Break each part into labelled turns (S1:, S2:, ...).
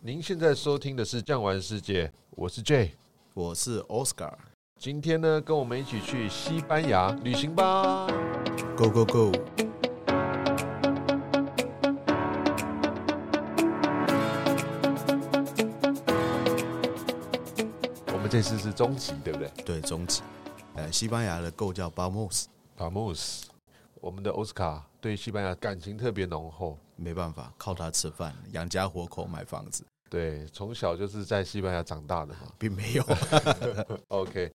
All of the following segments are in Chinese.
S1: 您现在收听的是《酱玩世界》，我是 J。
S2: 我是 Oscar。
S1: 今天呢，跟我们一起去西班牙旅行吧。
S2: Go go go！
S1: 我们这次是中级，对不对
S2: 对，终极。呃，西班牙的 Go 叫 Vamos，
S1: ？Vamos，我们的奥斯卡对西班牙感情特别浓厚。
S2: 没办法，靠它吃饭，养家活口，买房子，
S1: 对，从小就是在西班牙长大的嘛。
S2: 并没有。
S1: OK，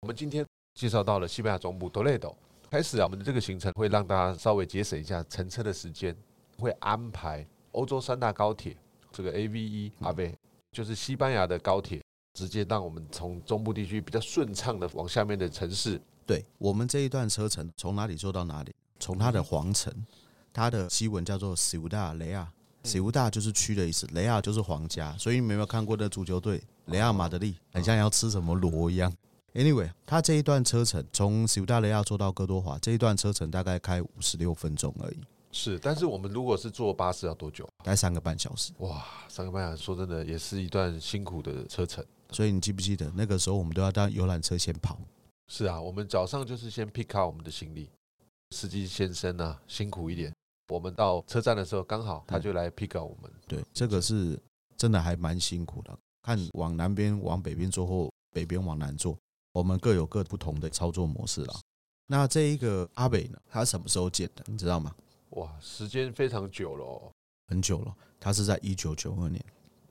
S1: 我们今天介绍到了西班牙总部 Toledo。开始啊，我们的这个行程会让大家稍微节省一下乘车的时间，会安排欧洲三大高铁，这个 E AVE 阿贝就是西班牙的高铁，直接让我们从中部地区比较顺畅的往下面的城市。
S2: 对我们这一段车程从哪里坐到哪里？从它的皇城，它的西文叫做 Ciudad Real。Ciudad 就是区的意思，Real 就是皇家。所以你们有没有看过那足球队雷亚马德利，很像要吃什么螺一样？Anyway，它这一段车程从 Ciudad Real 坐到哥多华，这一段车程大概开五十六分钟而已，
S1: 是，但是我们如果是坐巴士要多久？啊
S2: 大概三个半小时。
S1: 哇，三个半小时，说真的也是一段辛苦的车程。
S2: 所以你记不记得那个时候我们都要到游览车先跑？
S1: 是啊，我们早上就是先 pick up 我们的行李，司机先生啊，辛苦一点。我们到车站的时候，刚好他
S2: 嗯
S1: 就来 pick up 我们。
S2: 对，这个是真的还蛮辛苦的。看往南边、往北边坐或北边往南坐，我们各有各不同的操作模式啦。那这一个阿北呢，他什么时候建的？你知道吗？
S1: 哇，时间非常久了、哦，
S2: 很久了，他是在一九九二年。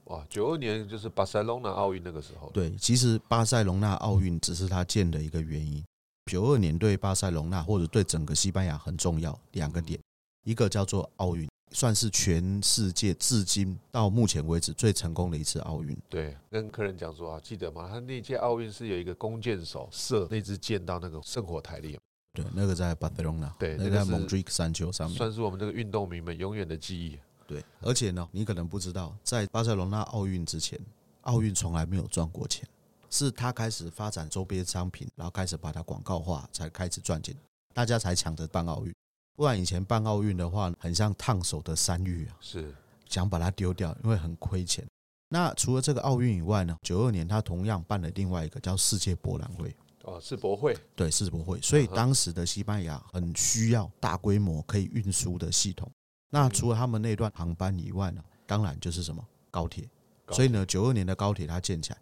S1: 哇，九二年就是巴塞隆纳奥运那个时候。，
S2: 对，其实巴塞隆纳奥运只是他建的一个原因。九二年对巴塞隆纳或者对整个西班牙很重要，两个点，一个叫做奥运，算是全世界至今到目前为止最成功的一次奥运。
S1: 对，跟客人讲说啊，记得吗？他那届奥运是有一个弓箭手射那支箭到那个圣火台里，
S2: 对，那个在巴塞隆纳，
S1: 对
S2: 那
S1: 那
S2: 个
S1: 个
S2: 在
S1: 是
S2: 蒙 d 克山丘上面。
S1: 算是我们这个运动迷们永远的记忆。
S2: 对，而且呢，你可能不知道，在巴塞罗那奥运之前，奥运从来没有赚过钱，是他开始发展周边商品，然后开始把它广告化，才开始赚钱，大家才抢着办奥运。不然以前办奥运的话，很像烫手的山芋啊，
S1: 是，
S2: 想把它丢掉，因为很亏钱。那除了这个奥运以外呢，九二年他同样办了另外一个叫世界博览会，
S1: 哦，世博会。
S2: 对世博会，所以
S1: 嗯哼
S2: 当时的西班牙很需要大规模可以运输的系统。
S1: 嗯
S2: 那除了他们那段航班以外呢，当然就是什么高铁。
S1: 高铁
S2: 所以呢，九二年的高铁它建起来，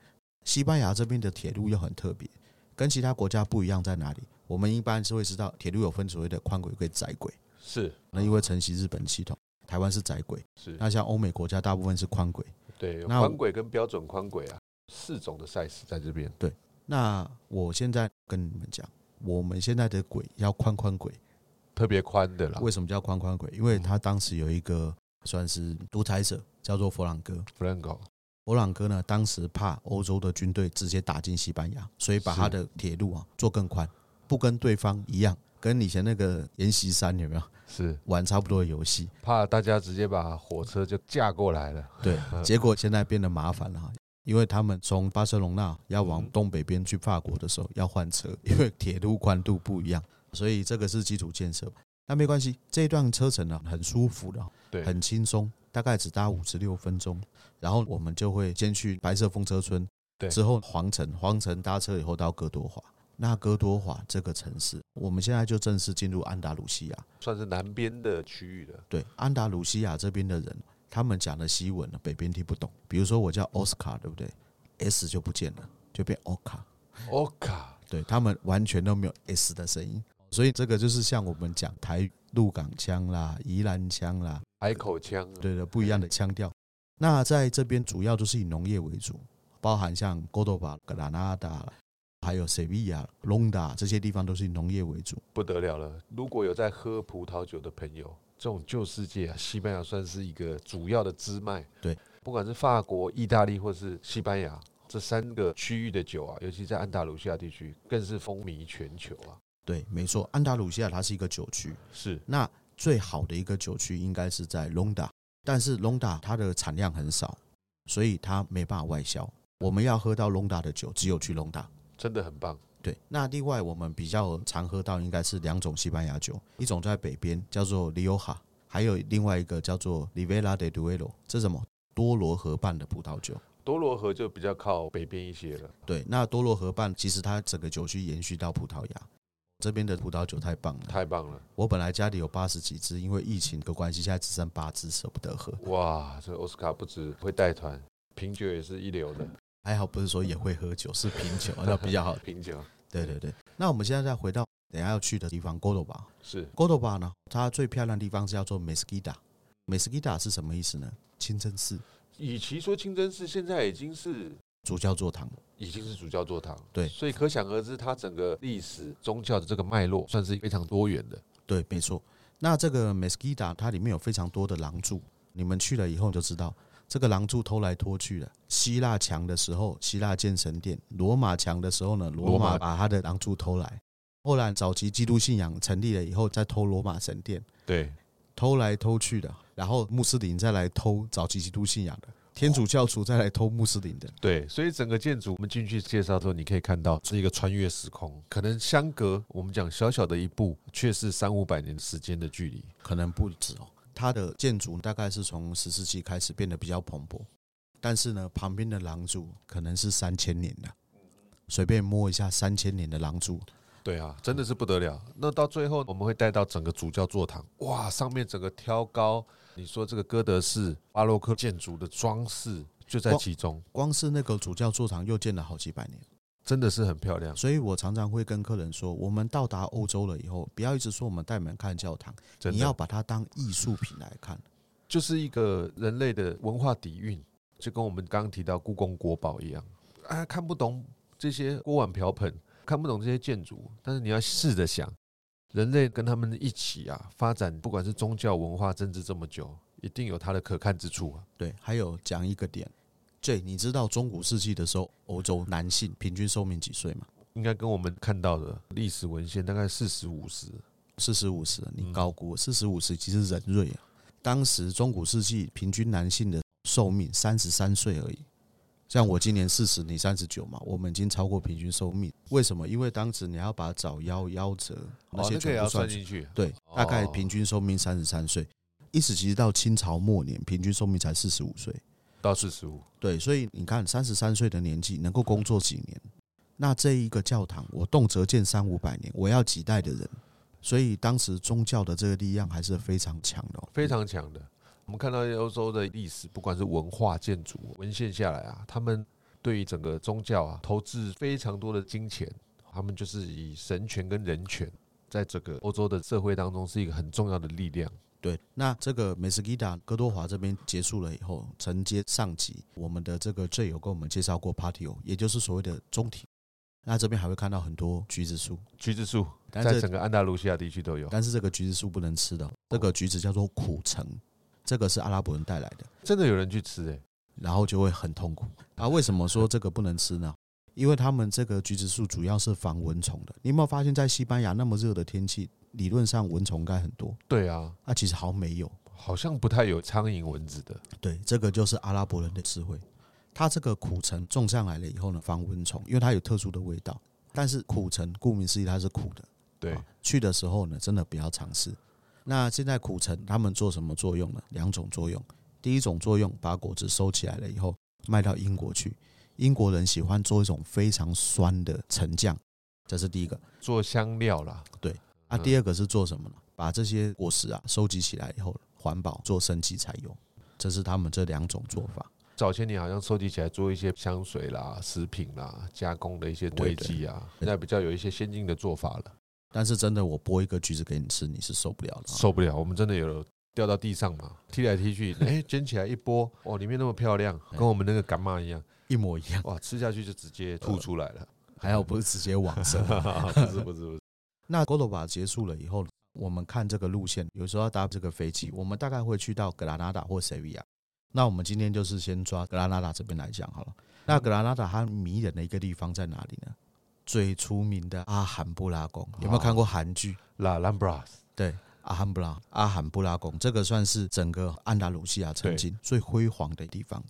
S2: 西班牙这边的铁路又很特别，跟其他国家不一样在哪里？我们一般是会知道铁路有分所谓的宽轨跟窄轨，
S1: 是
S2: 那因为承袭日本系统，台湾是窄轨，
S1: 是，
S2: 那像欧美国家大部分是宽轨。
S1: 对，有
S2: 那我
S1: 宽轨跟标准宽轨啊，四种的赛事在这边。
S2: 那我现在跟你们讲，我们现在的轨要宽宽轨，
S1: 特别宽的啦。
S2: 为什么叫宽宽轨？因为他当时有一个算是独裁者，叫做佛朗哥。
S1: Franco
S2: 佛朗哥呢，当时怕欧洲的军队直接打进西班牙，所以把
S1: 是
S2: 他的铁路啊做更宽，不跟对方一样，跟以前那个阎锡山有没 有
S1: 是
S2: 玩差不多的游戏？
S1: 怕大家直接把火车就架过来了。
S2: 对， 结果现在变得麻烦了哈。因为他们从巴塞隆纳要往
S1: 嗯
S2: 东北边去法国的时候要换车，因为铁路宽度不一样，所以这个是基础建设。那没关系，这一段车程呢很舒服的，啊
S1: 对，
S2: 很轻松，大概只搭五十六分钟。然后我们就会先去白色风车村，
S1: 对
S2: 之后皇城，皇城搭车以后到哥多华。那哥多华这个城市，我们现在就正式进入安达鲁西亚。
S1: 算是南边的区域了。
S2: 对，安达鲁西亚这边的人，他们讲的西文呢，北边听不懂。比如说我叫奥斯卡，对不对？S 就不见了，就变奥卡。
S1: o 哦卡
S2: 对他们完全都没有 S 的声音，所以这个就是像我们讲台语鹿港腔啦、宜兰腔啦，
S1: 海口腔，
S2: 对的，不一样的腔调。那在这边主要就是以农业为主，包含像 g o d o b a Granada，还有 Sevilla、Londa 这些地方都是以农业为主。
S1: 不得了了。如果有在喝葡萄酒的朋友，这种旧世界啊，西班牙算是一个主要的支脉。
S2: 对，
S1: 不管是法国、意大利或是西班牙。这三个区域的酒啊，尤其在安达卢西亚地区，更是风靡全球啊！
S2: 对，没错，安达鲁西亚它是一个酒区，
S1: 是
S2: 那最好的一个酒区应该是在 Londa，但是 Londa 它的产量很少，所以它没办法外销。我们要喝到 Londa 的酒，只有去 Londa。
S1: 真的很棒。
S2: 对，那另外我们比较常喝到应该是两种西班牙酒，一种在北边叫做 Rioja，还有另外一个叫做 Rivera de Duero，这是什么？多罗河畔的葡萄酒。
S1: 多罗河就比较靠北边一些了。
S2: 对，那多罗河畔其实它整个酒区延续到葡萄牙这边的葡萄酒太棒了。
S1: 太棒了！
S2: 我本来家里有八十几支，因为疫情的关系，现在只剩八支，舍不得喝。
S1: 哇，这奥斯卡不止会带团，品酒也是一流的。
S2: 还好不是说也会喝酒，是品酒那比较好。
S1: 品酒
S2: 对对对。那我们现在再回到等一下要去的地方 g o d o b a
S1: 是
S2: g o d o b a 呢，它最漂亮的地方是叫做 Mesquita。Mesquita 是什么意思呢？清真寺、
S1: 与其说清真寺现在已经是
S2: 主教座堂。
S1: 已经是主教座堂，
S2: 对
S1: 所以可想而知，它整个历史宗教的这个脉络算是非常多元的。
S2: 对，没错。那这个 Mesquita 它里面有非常多的廊柱，你们去了以后就知道，这个廊柱偷来拖去的。希腊强的时候，希腊建神殿；罗马强的时候呢，罗
S1: 罗马
S2: 马把它的廊柱偷来。后来早期基督信仰成立了以后，再偷罗马神殿，
S1: 对，
S2: 偷来偷去的。然后穆斯林再来偷早期基督信仰的，天主教徒再来偷穆斯林的。
S1: 对，所以整个建筑我们进去介绍的时候，你可以看到是一个穿越时空，可能相隔我们讲小小的一步，却是三五百年时间的距离。
S2: 可能不止哦。它的建筑大概是从十世纪开始变得比较蓬勃，但是呢，旁边的廊柱可能是三千年的，随便摸一下三千年的廊柱，
S1: 对啊，真的是不得了。那到最后我们会带到整个主教座堂，哇，上面整个挑高，你说这个哥德式巴洛克建筑的装饰就在
S2: 光
S1: 其中，
S2: 光是那个主教座堂又建了好几百年。
S1: 真的是很漂亮。
S2: 所以我常常会跟客人说，我们到达欧洲了以后，不要一直说我们带门看教堂，
S1: 真的
S2: 你要把它当艺术品来看。
S1: 就是一个人类的文化底蕴，就跟我们刚刚提到故宫国宝一样，啊，看不懂这些锅碗瓢盆，看不懂这些建筑，但是你要试着想，人类跟他们一起啊发展，不管是宗教、文化、政治这么久，一定有它的可看之处啊。
S2: 对，还有讲一个点，对，你知道中古世纪的时候，欧洲男性平均寿命几岁吗？
S1: 应该跟我们看到的历史文献大概四十五十，
S2: 四十五十，你
S1: 嗯
S2: 高估四十五十其实人瑞啊。当时中古世纪平均男性的寿命三十三岁而已，像我今年四十，你三十九嘛，我们已经超过平均寿命。为什么？因为当时你要把早夭、夭折那
S1: 哦那
S2: 些
S1: 个也
S2: 全
S1: 要
S2: 部
S1: 算
S2: 算进去，
S1: 进哦去。
S2: 对，大概平均寿命三十三岁，一直其实到清朝末年，平均寿命才四十五岁。
S1: 到四十五，
S2: 对，所以你看，三十三岁的年纪能够工作几年？那这一个教堂，我动辄建三五百年，我要几代的人？所以当时宗教的这个力量还是非常强的、哦。
S1: 非常强的。我们看到欧洲的历史，不管是文化、建筑、文献下来啊，他们对于整个宗教啊，投资非常多的金钱，他们就是以神权跟人权，在整个欧洲的社会当中是一个很重要的力量。
S2: 对，那这个梅斯基达哥多华这边结束了以后，承接上集，我们的这个 J 有跟我们介绍过 patio，也就是所谓的中庭。那这边还会看到很多橘子树，
S1: 橘子树
S2: 但
S1: 在
S2: 是
S1: 整个安达卢西亚地区都有，
S2: 但是这个橘子树不能吃的，哦这个橘子叫做苦橙，这个是阿拉伯人带来的。
S1: 真的有人去吃诶、欸
S2: 然后就会很痛苦。啊，为什么说这个不能吃呢？因为他们这个橘子树主要是防蚊虫的。你有没有发现，在西班牙那么热的天气，理论上蚊虫应该很多，
S1: 对啊，
S2: 啊，其实好像没有。
S1: 好像不太有苍蝇、蚊子的。
S2: 对，这个就是阿拉伯人的智慧。它这个苦橙种上来了以后呢，防蚊虫，因为它有特殊的味道。但是苦橙顾名思义，它是苦的。
S1: 对
S2: 啊，去的时候呢，真的不要尝试。那现在苦橙他们做什么作用呢？两种作用。第一种作用，把果子收起来了以后卖到英国去。英国人喜欢做一种非常酸的橙酱，这是第一个。
S1: 做香料啦，
S2: 啊，
S1: 嗯
S2: 第二个是做什么呢？把这些果实啊收集起来以后，环保做生级柴油，这是他们这两种做法。
S1: 早些年好像收集起来做一些香水啦、食品啦、加工的一些堆
S2: 对对
S1: 积啊，现在比较有一些先进的做法了。
S2: 但是真的，我剥一个橘子给你吃，你是受不了的啊。
S1: 受不了，我们真的有掉到地上嘛，踢来踢 去，哎、捡起来一拨，哦，里面那么漂亮，跟我们那个干妈一样，
S2: 一模一样，
S1: 哇，吃下去就直接吐出来了。
S2: 还好不是直接往生。
S1: 不是不是 不是，
S2: 那 g o l o b a 结束了以后，我们看这个路线，有时候要搭这个飞机，我们大概会去到格拉纳达或塞维亚。那我们今天就是先抓格拉纳达这边来讲好了。那格拉纳达它迷人的一个地方在哪里呢？最出名的阿罕布拉宫，有没有看过韩剧？
S1: La l a m b r a s
S2: 对，阿罕布拉阿罕布拉宫，这个算是整个安达鲁西亚曾经最辉煌的地方。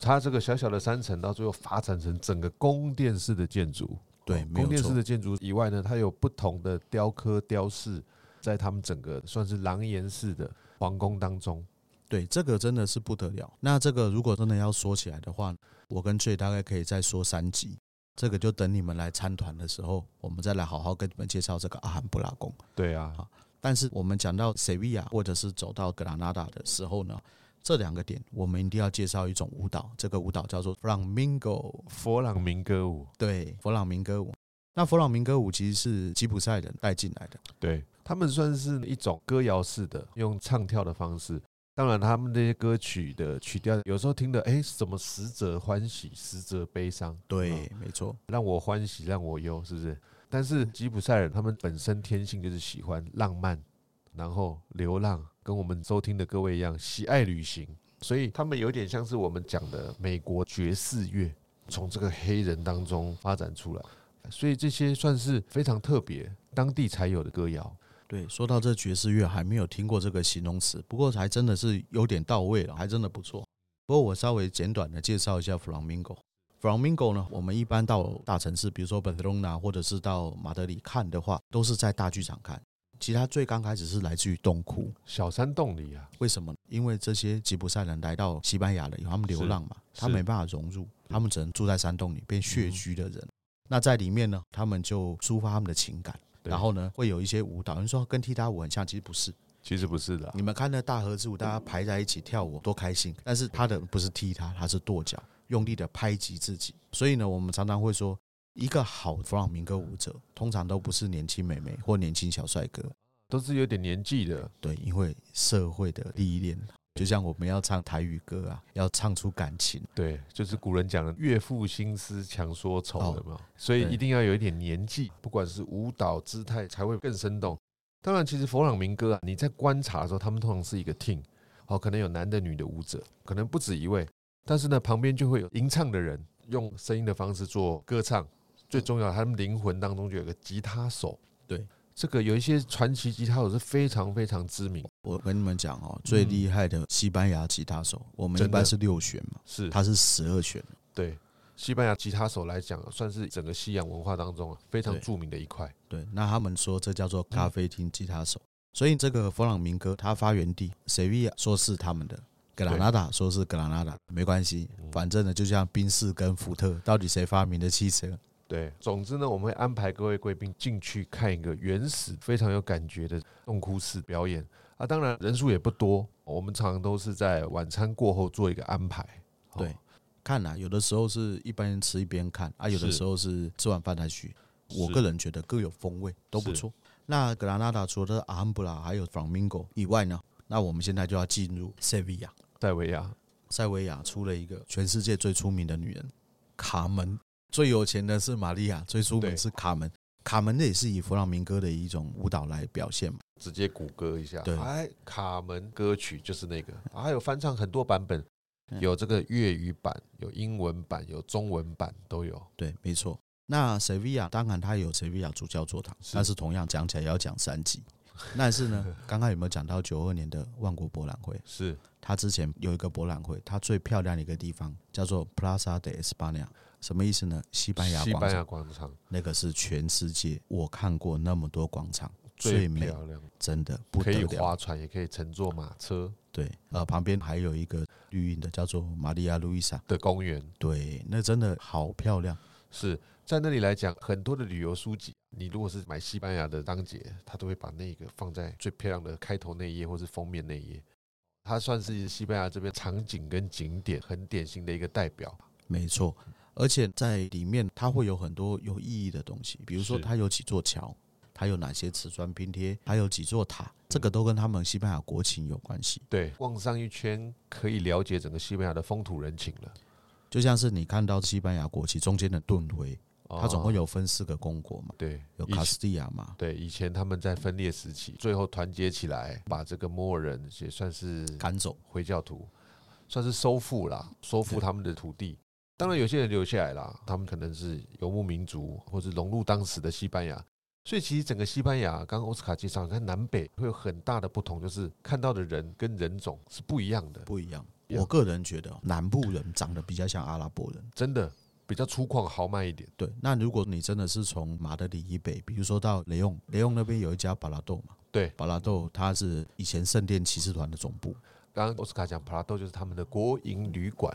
S1: 它这个小小的三层，到最后发展成整个宫殿式的建筑。
S2: 对
S1: 哦
S2: 没有
S1: 宫殿
S2: 错
S1: 式的建筑以外呢，它有不同的雕刻雕饰，在他们整个算是廊檐式的皇宫当中。
S2: 对，这个真的是不得了。那这个如果真的要说起来的话，我跟翠大概可以再说三集。这个就等你们来参团的时候，我们再来好好跟你们介绍这个阿罕布拉宫。
S1: 对啊，
S2: 但是我们讲到塞维亚或者是走到格拉纳达的时候呢，这两个点我们一定要介绍一种舞蹈，这个舞蹈叫做 flamingo，
S1: 佛朗明歌舞，
S2: 对，佛朗明哥舞。那佛朗明哥舞其实是吉普赛人带进来的，
S1: 对他们算是一种歌谣式的，用唱跳的方式。当然，他们这些歌曲的曲调，有时候听的，哎，怎么时则欢喜，时则悲伤，
S2: 对，哦没错，
S1: 让我欢喜，让我忧，是不是？但是吉普赛人他们本身天性就是喜欢浪漫，然后流浪，跟我们收听的各位一样，喜爱旅行，所以他们有点像是我们讲的美国爵士乐，从这个黑人当中发展出来，所以这些算是非常特别，当地才有的歌谣。
S2: 对。说到这爵士乐，还没有听过这个形容词，不过还真的是有点到位了，还真的不错。不过我稍微简短的介绍一下 flamingo。flamingo 呢，我们一般到大城市，比如说 Barcelona 或者是到马德里看的话，都是在大剧场看。其实它最刚开始是来自于洞窟，
S1: 小山洞里啊，
S2: 为什么？呢？因为这些吉普赛人来到西班牙了以后，他们流浪嘛，
S1: 是嗯
S2: 他没办法融入，他们只能住在山洞里，变血居的人。那在里面呢，他们就抒发他们的情感，
S1: 对
S2: 然后呢，会有一些舞蹈。有人说跟踢踏舞很像，其实不是。
S1: 其实不是的啊、
S2: 你们看那大合之舞，大家排在一起跳舞，多开心！但是他的不是踢他，他是跺脚，用力的拍击自己。所以呢，我们常常会说，一个好的弗朗明哥舞者，通常都不是年轻美眉或年轻小帅哥，
S1: 都是有点年纪的，
S2: 对，因为社会的历练，就像我们要唱台语歌啊，要唱出感情，
S1: 对，就是古人讲的“岳父心思强说愁”
S2: 哦
S1: 有没有？所以
S2: 对
S1: 一定要有一点年纪，不管是舞蹈姿态才会更生动。当然，其实佛朗明哥啊，你在观察的时候，他们通常是一个 team，哦，可能有男的、女的舞者，可能不止一位，但是呢，旁边就会有吟唱的人，用声音的方式做歌唱。最重要，他们灵魂当中就有个吉他手。
S2: 对，
S1: 这个有一些传奇吉他手是非常非常知名，
S2: 我跟你们讲哦，最厉害的西班牙吉他手，我们一
S1: 真
S2: 般
S1: 的
S2: 是六弦嘛，
S1: 是
S2: 他是十二弦。
S1: 对西班牙吉他手来讲，算是整个西洋文化当中啊非常
S2: 对
S1: 著名的一块。
S2: 对，那他们说这叫做
S1: 嗯
S2: 咖啡厅吉他手。所以这个弗朗明哥它发源地塞维亚说是他们的，格拉纳达说是格拉纳达，没关系，
S1: 嗯
S2: 反正呢就像宾士跟福特，到底谁发明的汽车？
S1: 对，总之呢，我们会安排各位贵宾进去看一个原始、非常有感觉的洞窟式表演啊。当然人数也不多，我们常常都是在晚餐过后做一个安排。哦
S2: 对，看啦、有的时候是一边吃一边看啊，有的
S1: 是
S2: 时候是吃完饭再去。我
S1: 是
S2: 个人觉得各有风味，都不
S1: 是
S2: 错。那格拉纳达除了阿罕布拉还有 Flamingo 以外呢，那我们现在就要进入塞维亚。
S1: 塞维亚
S2: 塞维亚出了一个全世界最出名的女人卡门，最有钱的是玛利亚，最出名
S1: 对
S2: 是卡门。卡门也是以弗朗明哥的一种舞蹈来表现嘛，
S1: 直接谷歌一下，
S2: 对
S1: 哎，卡门歌曲就是那个，啊还有翻唱很多版本，
S2: 嗯
S1: 有这个粤语版，有英文版，有中文版都有。
S2: 对，没错。那塞维亚当然它有塞维亚主教座堂，
S1: 是
S2: 但是同样讲起来也要讲三 集。但是呢，刚刚有没有讲到九二年的万国博览会？
S1: 是
S2: 它之前有一个博览会，它最漂亮的一个地方叫做 Plaza de España，什么意思呢？西班牙
S1: 西
S2: 广
S1: 班
S2: 场，
S1: 牙广场
S2: 那个是全世界我看过那么多广场
S1: 最
S2: 最美
S1: 漂亮，
S2: 真的不
S1: 可
S2: 得
S1: 以
S2: 了。
S1: 划船，也可以乘坐马车
S2: 对，呃，旁边还有一个绿荫的，叫做玛利亚路易莎。
S1: 的公园。
S2: 对，那真的好漂亮。
S1: 是在那里来讲，很多的旅游书籍，你如果是买西班牙的章节，它都会把那个放在最漂亮的开头那一页或是封面那一页。它算是西班牙这边场景跟景点很典型的一个代表。
S2: 没错，而且在里面它会有很多有意义的东西，比如说
S1: 是
S2: 它有几座桥，它有哪些瓷砖拼贴，还有几座塔，这个都跟他们西班牙国情有关系。
S1: 对，逛上一圈可以了解整个西班牙的风土人情了。
S2: 就像是你看到西班牙国旗中间的盾徽，它总共
S1: 有
S2: 有分四个公国嘛，
S1: 哦对
S2: 有
S1: 以
S2: 卡
S1: 前
S2: 斯蒂亚嘛、
S1: 对以前他们在分裂时期，最后团结起来，把这个摩尔人也算是
S2: 赶走，
S1: 回教徒，算是收复啦，收复他们的土地。当然，有些人留下来啦，他们可能是游牧民族，或是融入当时的西班牙。所以，其实整个西班牙，刚刚奥斯卡介绍，你看南北会有很大的不同，就是看到的人跟人种是不一样的，
S2: 不一样。
S1: 一样
S2: 我个人觉得南部人长得比较像阿拉伯人。
S1: 真的比较粗犷豪迈一点。
S2: 对，那如果你真的是从马德里以北，比如说到雷用，雷用那边有一家巴拉豆嘛，
S1: 对
S2: 巴拉豆它是以前圣殿骑士团的总部，
S1: 刚刚奥斯卡讲普拉多就是他们的国营旅馆，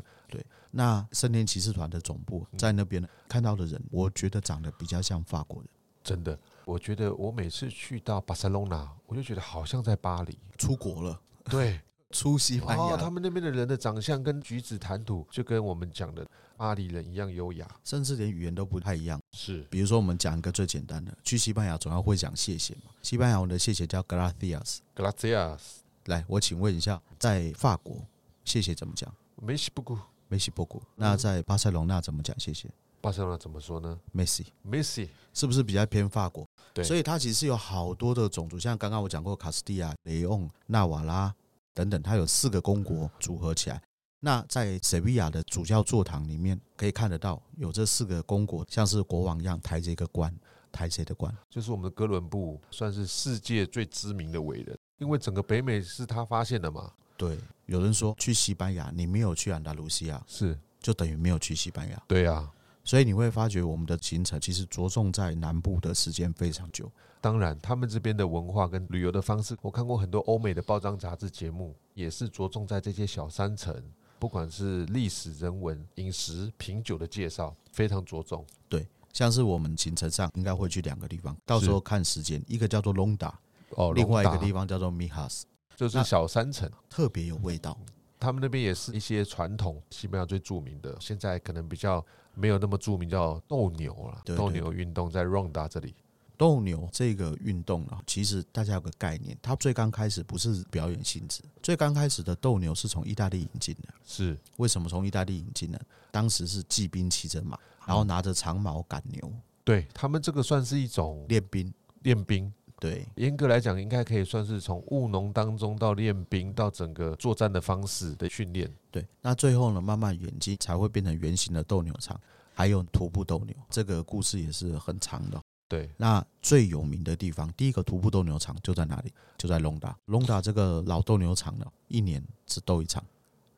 S2: 那圣殿骑士团的总部在那边看到的人，我觉得长得比较像法国人。
S1: 真的，我觉得我每次去到巴塞隆纳，我就觉得好像在巴黎。
S2: 出国了，
S1: 对，
S2: 出西班牙
S1: 哦，
S2: 了，
S1: 他们那边的人的长相跟举止谈吐，就跟我们讲的巴黎人一样优雅。
S2: 甚至连语言都不太一样。
S1: 是
S2: 比如说，我们讲一个最简单的，去西班牙总要会讲谢谢嘛。西班牙文的谢谢叫 gracias。
S1: ，gracias，
S2: 来，我请问一下，在法国谢谢怎么讲？
S1: 没西不顾。
S2: 梅西波古。那在巴塞隆纳怎么讲谢谢
S1: 巴塞罗那怎么说呢
S2: ？Messi
S1: ？Messi，
S2: 是不是比较偏法国？
S1: 对
S2: 所以它其实有好多的种族，像刚刚我讲过卡斯蒂亚、雷翁、纳瓦拉等等，它有四个公国组合起来。那在塞维亚的主教座堂里面可以看得到，有这四个公国像是国王一样抬着一个冠，抬谁的冠？
S1: 就是我们的哥伦布，算是世界最知名的伟人，因为整个北美是他发现的嘛。
S2: 对，有人说去西班牙，你没有去安达卢西亚，
S1: 是，
S2: 就等于没有去西班牙。
S1: 对啊，
S2: 所以你会发觉我们的行程其实着重在南部的时间非常久。
S1: 当然，他们这边的文化跟旅游的方式，我看过很多欧美的报章杂志节目，也是着重在这些小山城，不管是历史、人文、饮食、品酒的介绍，非常着重。
S2: 对，像是我们行程上应该会去两个地方，到时候看时间，一个叫做 Londa，
S1: 哦
S2: 另外一个地
S1: 方
S2: 方叫做 Mijas，
S1: 就是
S2: 那
S1: 小山城，
S2: 特别有味道。
S1: 他们那边也是一些传统西班牙最著名的，现在可能比较没有那么著名，叫斗牛啦，
S2: 对对
S1: 斗牛运动在 Ronda 这里。
S2: 斗牛这个运动啊，其实大家有个概念，它最刚开始不是表演性质，最刚开始的斗牛是从意大利引进的。
S1: 是
S2: 为什么从意大利引进呢？当时是骑兵骑着马，然后拿着长矛赶牛，
S1: 对他们这个算是一种
S2: 练兵。
S1: 练兵，
S2: 对，
S1: 严格来讲，应该可以算是从务农当中到练兵到整个作战的方式的训练。
S2: 对，那最后呢，慢慢演进才会变成圆形的斗牛场，还有徒步斗牛。这个故事也是很长的。
S1: 对，
S2: 那最有名的地方，第一个徒步斗牛场就在哪里？就在隆达。隆达这个老斗牛场呢，一年只斗一场。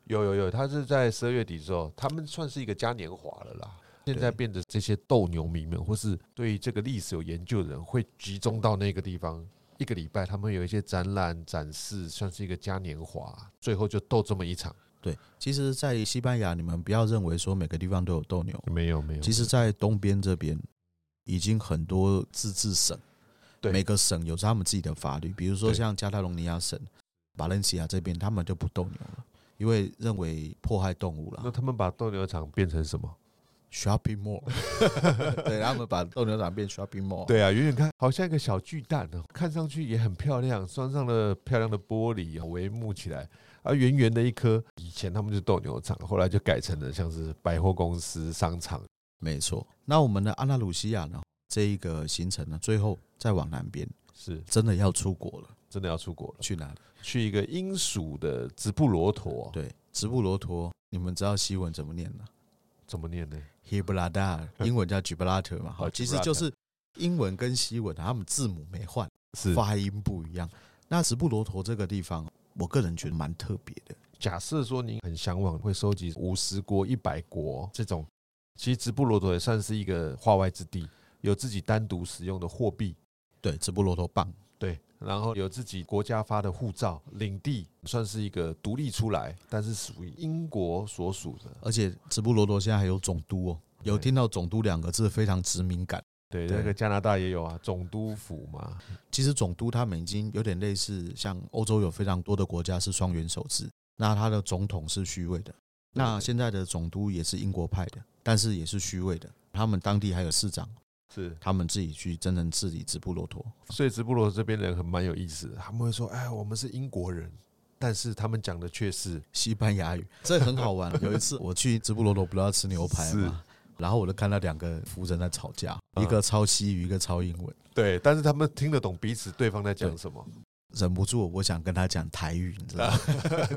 S1: 有有有，他是在十二月底之后，他们算是一个嘉年华了啦。现在
S2: 对
S1: 变得这些斗牛迷们，或是对于这个历史有研究的人，会集中到那个地方。一个礼拜，他们有一些展览展示，算是一个嘉年华，最后就斗这么一场。
S2: 对，其实，在西班牙，你们不要认为说每个地方都有斗牛，
S1: 没有没有
S2: 其实，在东边这边已经很多自治省，
S1: 对
S2: 每个省有他们自己的法律，比如说
S1: 对
S2: 像加泰隆尼亚省、巴伦西亚这边，他们就不斗牛了，因为认为迫害动物了
S1: 那。他们把斗牛场变成什么？
S2: shopping mall，对，他们把斗牛场变 shopping mall，
S1: 对啊，远远看好像一个小巨蛋哦，看上去也很漂亮，装上了漂亮的玻璃帷幕起来，而圆圆的一颗，以前他们是斗牛场，后来就改成了像是百货公司、商场。
S2: 没错。那我们的安纳鲁西亚呢，这一个行程呢，最后再往南边，
S1: 是
S2: 真的要出国了，
S1: 真的要出国了，
S2: 去哪里？
S1: 去一个英属的直布罗陀，
S2: 对，直布罗陀，你们知道西文怎么念吗
S1: 怎么念呢？
S2: h i b r a d a 英文叫 Gibraltar 嘛，
S1: 哦
S2: 好，其实就是英文跟西文他们字母没换，
S1: 是
S2: 发音不一样。那直布罗陀这个地方，我个人觉得蛮特别的。
S1: 假设说您很向往会收集五十国、一百国这种，其实直布罗陀也算是一个化外之地，有自己单独使用的货币，
S2: 对，直布罗陀棒，
S1: 对，然后有自己国家发的护照，领地算是一个独立出来，但是属于英国所属的。
S2: 而且直布罗陀现在还有总督哦，有
S1: 对
S2: 听到总督两个字非常之敏感。
S1: 对，
S2: 对
S1: 那个加拿大也有啊，总督府嘛。
S2: 其实总督他们已经有点类似，像欧洲有非常多的国家是双元首制，那他的总统是虚位的，那现在的总督也是英国派的，但是也是虚位的。他们当地还有市长，
S1: 是，
S2: 他们自己去真正治理直布罗陀。
S1: 所以直布罗陀这边人很蛮有意思的，他们会说：“哎，我们是英国人。”但是他们讲的却是
S2: 西班牙语，这很好 玩。有一次我去直布罗陀，不是要吃牛排
S1: 是
S2: 嘛，然后我就看到两个夫人在吵架，
S1: 嗯
S2: 一个抄西语，一个抄英文，
S1: 对，但是他们听得懂彼此对方在讲什么。啊
S2: 忍不住我想跟他讲台语，你知 道吗？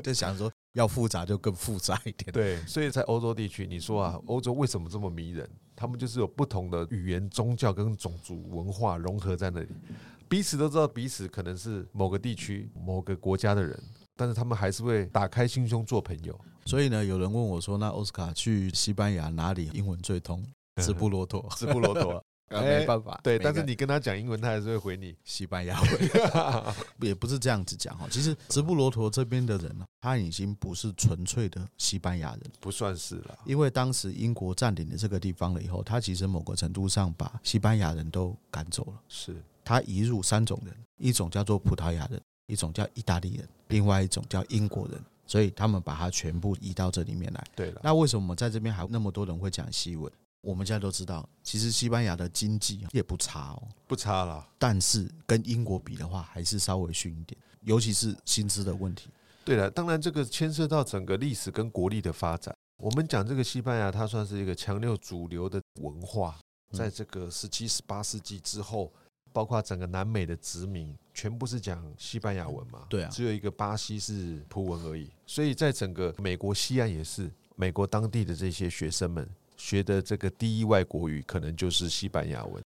S2: 就想说要复杂就更复杂一点。
S1: 对，所以在欧洲地区，你说啊，欧洲为什么这么迷人？他们就是有不同的语言、宗教跟种族文化融合在那里，彼此都知道彼此可能是某个地区、某个国家的人，但是他们还是会打开心胸做朋友。
S2: 所以呢，有人问我说：“那奥斯卡去西班牙哪里英文最通？”直布罗陀。
S1: 直布罗陀
S3: 嗯啊
S1: 哎
S3: 没办法。
S1: 对，
S3: 没
S1: 但是
S3: 办
S1: 你跟他讲英文，他还是会回 你。
S2: 西班牙文，也不是这样子讲 哈。其实直布罗陀这边的人呢，啊他已经不是纯粹的西班牙人，
S1: 不算是啦，
S2: 因为当时英国占领了这个地方了以后，他其实某个程度上把西班牙人都赶走了。
S1: 是
S2: 他移入三种人，一种叫做葡萄牙人，一种叫意大利人，另外一种叫英国人。所以他们把它全部移到这里面来。
S1: 对了，
S2: 那为什么我们在这边还有那么多人会讲西文？我们现在都知道，其实西班牙的经济也不差哦，
S1: 不差啦。
S2: 但是跟英国比的话，还是稍微逊一点，尤其是薪资的问题。
S1: 对了，当然这个牵涉到整个历史跟国力的发展。我们讲这个西班牙，它算是一个强六主流的文化，
S2: 嗯
S1: 在这个十七、十八世纪之后，包括整个南美的殖民，全部是讲西班牙文嘛。
S2: 对啊
S1: 只有一个巴西是葡文而已。所以在整个美国西岸也是，美国当地的这些学生们学的这个第一外国语，可能就是西班牙文。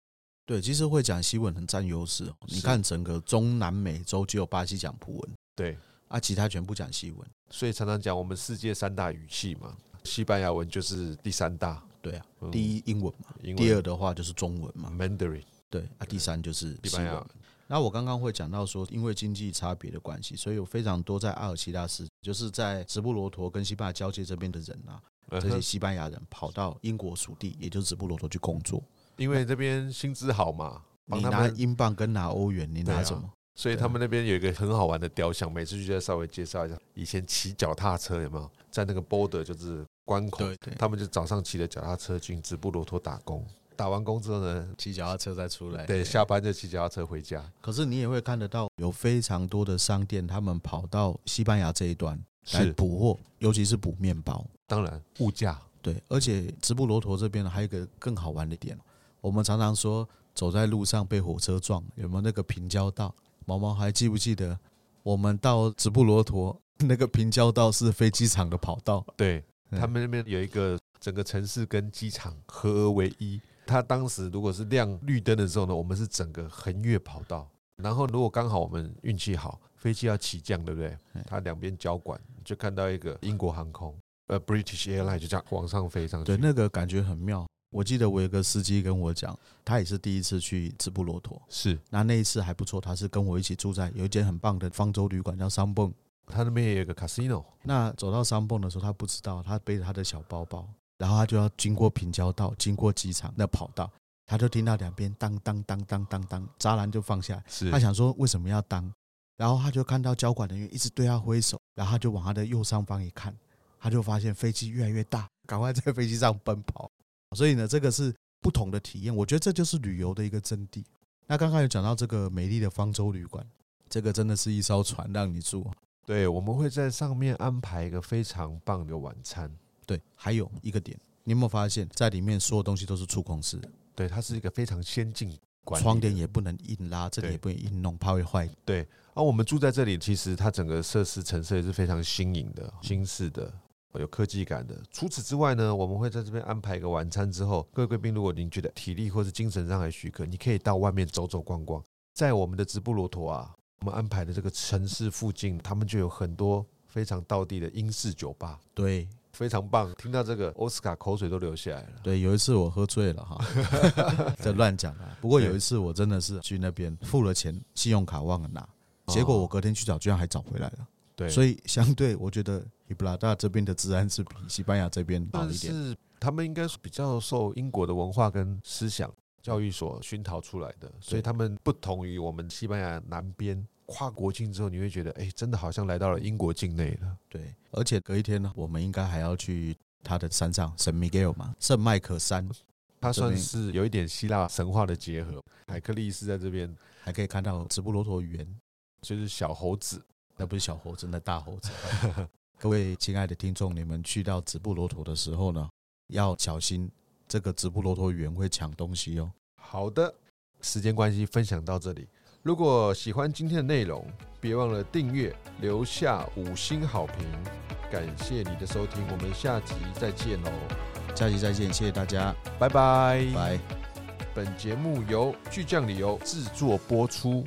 S2: 对，其实会讲西文很占优势哦。
S1: 是
S2: 你看整个中南美洲只有巴西讲葡文，
S1: 对，
S2: 啊，其他全部讲西文。
S1: 所以常常讲我们世界三大语系嘛，西班牙文就是第三大，
S2: 对啊，
S1: 嗯
S2: 第一英文嘛，
S1: 英文
S2: 第二的话就是中文嘛，
S1: Mandarin
S2: 对啊，第三就是
S1: 西
S2: 西
S1: 班牙
S2: 文
S1: 文。。
S2: 那我刚刚会讲到说，因为经济差别的关系，所以有非常多在阿尔及利亚斯，就是在直布罗陀跟西班牙交界这边的人啊，
S1: 嗯
S2: 这些
S1: 哼
S2: 西班牙人跑到英国属地，也就是直布罗陀去工作。
S1: 因为这边薪资好嘛，帮
S2: 你
S1: 他
S2: 拿
S1: 们，
S2: 英镑跟拿欧元，你
S1: 对啊
S2: 拿什么？
S1: 所以他们那边有一个很好玩的雕像，每次去就稍微介绍一下。以前骑脚踏车有没有在那个 border 就是关口，
S2: 对对，
S1: 他们就早上骑着脚踏车进直布罗陀打工，打完工之后呢，
S3: 骑脚踏车再出来。
S1: 对，下班就骑脚踏车回家。
S2: 可是你也会看得到，有非常多的商店，他们跑到西班牙这一端来
S1: 是，
S2: 补货，尤其是补面包。
S1: 当然物价
S2: 对，而且直布罗陀这边呢，还有一个更好玩的点，我们常常说走在路上被火车撞，有没有那个平交道？毛毛还记不记得我们到直布罗陀那个平交道是飞机场的跑道？
S1: 对
S2: 嗯
S1: 他们那边有一个整个城市跟机场合而为一。它当时如果是亮绿灯的时候呢，我们是整个横越跑道。然后如果刚好我们运气好，飞机要起降，对不对
S2: 嗯？
S1: 它两边交管就看到一个英国航空，呃，British Airline 就这样往上飞上去。
S2: 对，那个感觉很妙。我记得我有个司机跟我讲，他也是第一次去直布罗陀，
S1: 是
S2: 那那一次还不错，他是跟我一起住在有一间很棒的方舟旅馆叫桑蹦。
S1: 它那边也有个 casino，
S2: 那走到山蹦的时候，他不知道，他背着他的小包包，然后他就要经过平交道，经过机场那跑道，他就听到两边当当当当当当，栅栏就放下来。
S1: 是
S2: 他想说为什么要当，然后他就看到交管人员一直对他挥手，然后他就往他的右上方一看，他就发现飞机越来越大，赶快在飞机上奔跑。所以呢，这个是不同的体验，我觉得这就是旅游的一个真谛。那刚刚有讲到这个美丽的方舟旅馆，这个真的是一艘船让你住，
S1: 对，我们会在上面安排一个非常棒的晚餐。
S2: 对，还有一个点，你有没有发现，在里面所有东西都是触控式的，
S1: 对，它是一个非常先进管理的
S2: 窗帘也不能硬拉，这里
S1: 对
S2: 也不能硬弄，怕会坏。
S1: 啊，我们住在这里，其实它整个设施陈设也是非常新颖的、新式的，有科技感的。除此之外呢，我们会在这边安排一个晚餐之后，各位贵宾，如果您觉得体力或是精神上还许可，你可以到外面走走逛逛。在我们的直布罗陀啊，我们安排的这个城市附近，他们就有很多非常道地的英式酒吧，
S2: 对
S1: 非常棒。听到这个，奥斯卡口水都流下来了。
S2: 对，有一次我喝醉了哈， 这乱讲的。不过有一次我真的是去那边付了钱，信用卡忘了拿，结果我隔天去找，居然还找回来了。
S1: 哦对，
S2: 所
S1: 以
S2: 以相对我觉得伊布拉达这边的治安是比西班牙这边好
S1: 但
S2: 一点。
S1: 是他们应该是比较受英国的文化跟思想教育所熏陶出来的，所以他们不同于我们西班牙南边跨国境之后，你会觉得，哎、真的好像来到了英国境内了。
S2: 对，而且隔一天呢，我们应该还要去他的山上圣米格尔嘛，圣迈克山，
S1: 它
S2: 这边
S1: 算是有一点希腊神话的结合，海克力士在这边
S2: 还可以看到直布罗陀园。
S1: 就是小猴子，
S2: 那不是小猴子，那大猴子。 各位亲爱的听众，你们去到直布罗陀的时候呢，要小心这个直布罗陀园会抢东西哦。
S1: 好的，时间关系，分享到这里。如果喜欢今天的内容，别忘了订阅、留下五星好评。感谢你的收听，我们下集再见喽，
S2: 下期再见，谢谢大家，
S1: 拜拜。
S2: 拜。
S1: 本节目由巨匠旅游制作播出。